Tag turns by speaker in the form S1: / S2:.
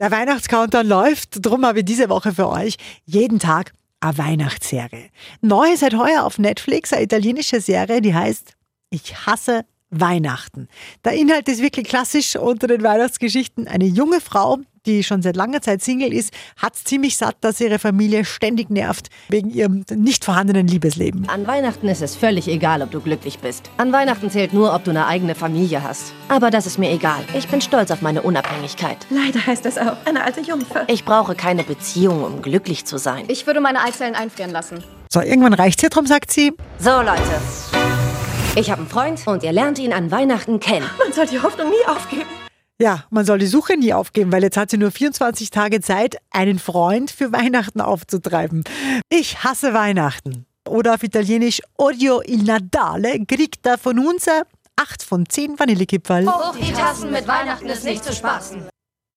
S1: Der Weihnachtscountdown läuft, drum habe ich diese Woche für euch jeden Tag eine Weihnachtsserie. Neu seit heuer auf Netflix, eine italienische Serie, die heißt Ich hasse Weihnachten. Der Inhalt ist wirklich klassisch unter den Weihnachtsgeschichten. Eine junge Frau, die schon seit langer Zeit Single ist, hat ziemlich satt, dass ihre Familie ständig nervt wegen ihrem nicht vorhandenen Liebesleben.
S2: An Weihnachten ist es völlig egal, ob du glücklich bist. An Weihnachten zählt nur, ob du eine eigene Familie hast. Aber das ist mir egal. Ich bin stolz auf meine Unabhängigkeit.
S3: Leider heißt das auch eine alte Jungfer.
S2: Ich brauche keine Beziehung, um glücklich zu sein.
S4: Ich würde meine Eizellen einfrieren lassen.
S1: So, irgendwann reicht's hier drum, sagt sie.
S2: So, Leute. Ich habe einen Freund und ihr lernt ihn an Weihnachten kennen.
S3: Man soll die Hoffnung nie aufgeben.
S1: Ja, man soll die Suche nie aufgeben, weil jetzt hat sie nur 24 Tage Zeit, einen Freund für Weihnachten aufzutreiben. Ich hasse Weihnachten. Oder auf Italienisch Odio il Natale, kriegt da von uns 8 von 10 Vanillekipferl.
S5: Hoch die Tassen, mit Weihnachten ist nicht zu spaßen.